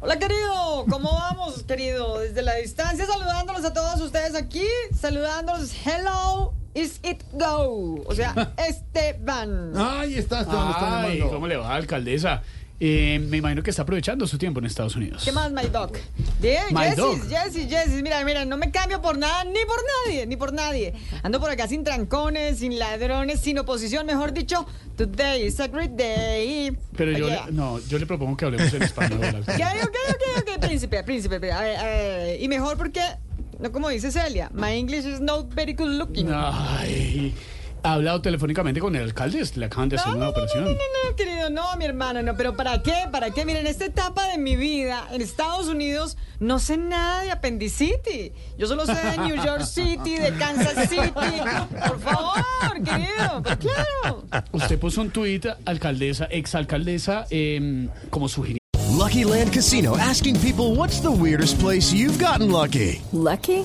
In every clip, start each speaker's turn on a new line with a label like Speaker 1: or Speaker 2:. Speaker 1: Hola querido, ¿cómo vamos querido? Desde la distancia saludándolos a todos ustedes aquí, saludándolos, hello, is it go? O sea, Esteban.
Speaker 2: Ahí está, Esteban, está
Speaker 3: Ay,
Speaker 2: llamando.
Speaker 3: ¿cómo le va, alcaldesa? Eh, me imagino que está aprovechando su tiempo en Estados Unidos.
Speaker 1: ¿Qué más, my dog? Bien,
Speaker 3: My
Speaker 1: Jessis,
Speaker 3: dog.
Speaker 1: Jessis, Jessis. Mira, mira, no me cambio por nada, ni por nadie, ni por nadie. Ando por acá sin trancones, sin ladrones, sin oposición, mejor dicho, today is a great day.
Speaker 3: Pero yo,
Speaker 1: Oh,
Speaker 3: le-
Speaker 1: yeah.
Speaker 3: no, yo le propongo que hablemos en español.
Speaker 1: Ok,
Speaker 3: alcaldesa.
Speaker 1: ok, ok, ok, príncipe, príncipe. príncipe. A ver, a ver, y mejor porque, no como dice Celia, my English is not very good looking.
Speaker 3: Ay, ha hablado telefónicamente con el alcalde, le acaban de hacer una operación.
Speaker 1: No, no, no, querido, no, mi hermano, no, pero ¿para qué? ¿Para qué? Miren, en esta etapa de mi vida en Estados Unidos no sé nada de apendicitis. Yo solo sé de New York City, de Kansas City. Por favor, querido, pues claro.
Speaker 3: Usted puso un tuit, alcaldesa, exalcaldesa, em, como sugerir.
Speaker 4: Lucky Land Casino asking people what's the weirdest place you've gotten lucky?
Speaker 5: Lucky?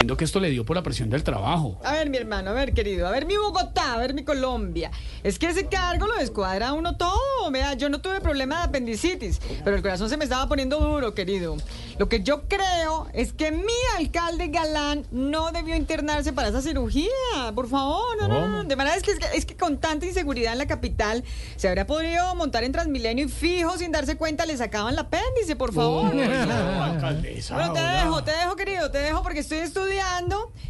Speaker 3: Entiendo que esto le dio por la presión del trabajo.
Speaker 1: A ver, mi hermano, a ver, querido, a ver mi Bogotá, a ver mi Colombia. Es que ese cargo lo descuadra a uno todo. Mira, yo no tuve problema de apendicitis, pero el corazón se me estaba poniendo duro, querido. Lo que yo creo es que mi alcalde Galán no debió internarse para esa cirugía. Por favor, no, no, no. De manera es que, es que, es que con tanta inseguridad en la capital se habría podido montar en Transmilenio y fijo, sin darse cuenta, le sacaban el apéndice, por favor.
Speaker 3: Uy, no,
Speaker 1: Bueno,
Speaker 3: alcaldesa.
Speaker 1: te
Speaker 3: hola.
Speaker 1: dejo, te dejo, querido, te dejo porque estoy estudiando.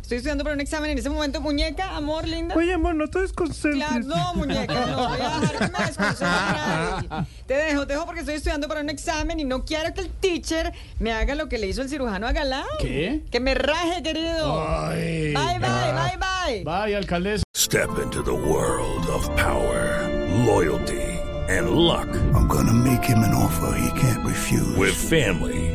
Speaker 1: Estoy estudiando para un examen en ese momento, muñeca, amor, linda.
Speaker 6: Oye, amor, no te desconcentres.
Speaker 1: Claro, no, muñeca, no voy a dejar que me desconcentre. Te dejo, te dejo porque estoy estudiando para un examen y no quiero que el teacher me haga lo que le hizo el cirujano a Galán.
Speaker 3: ¿Qué?
Speaker 1: Que me raje, querido.
Speaker 3: Ay.
Speaker 1: Bye, bye, bye, bye.
Speaker 3: Bye, alcaldesa.
Speaker 7: Step into the world of power, loyalty, and luck
Speaker 6: I'm gonna make him an offer he can't refuse.
Speaker 7: with family,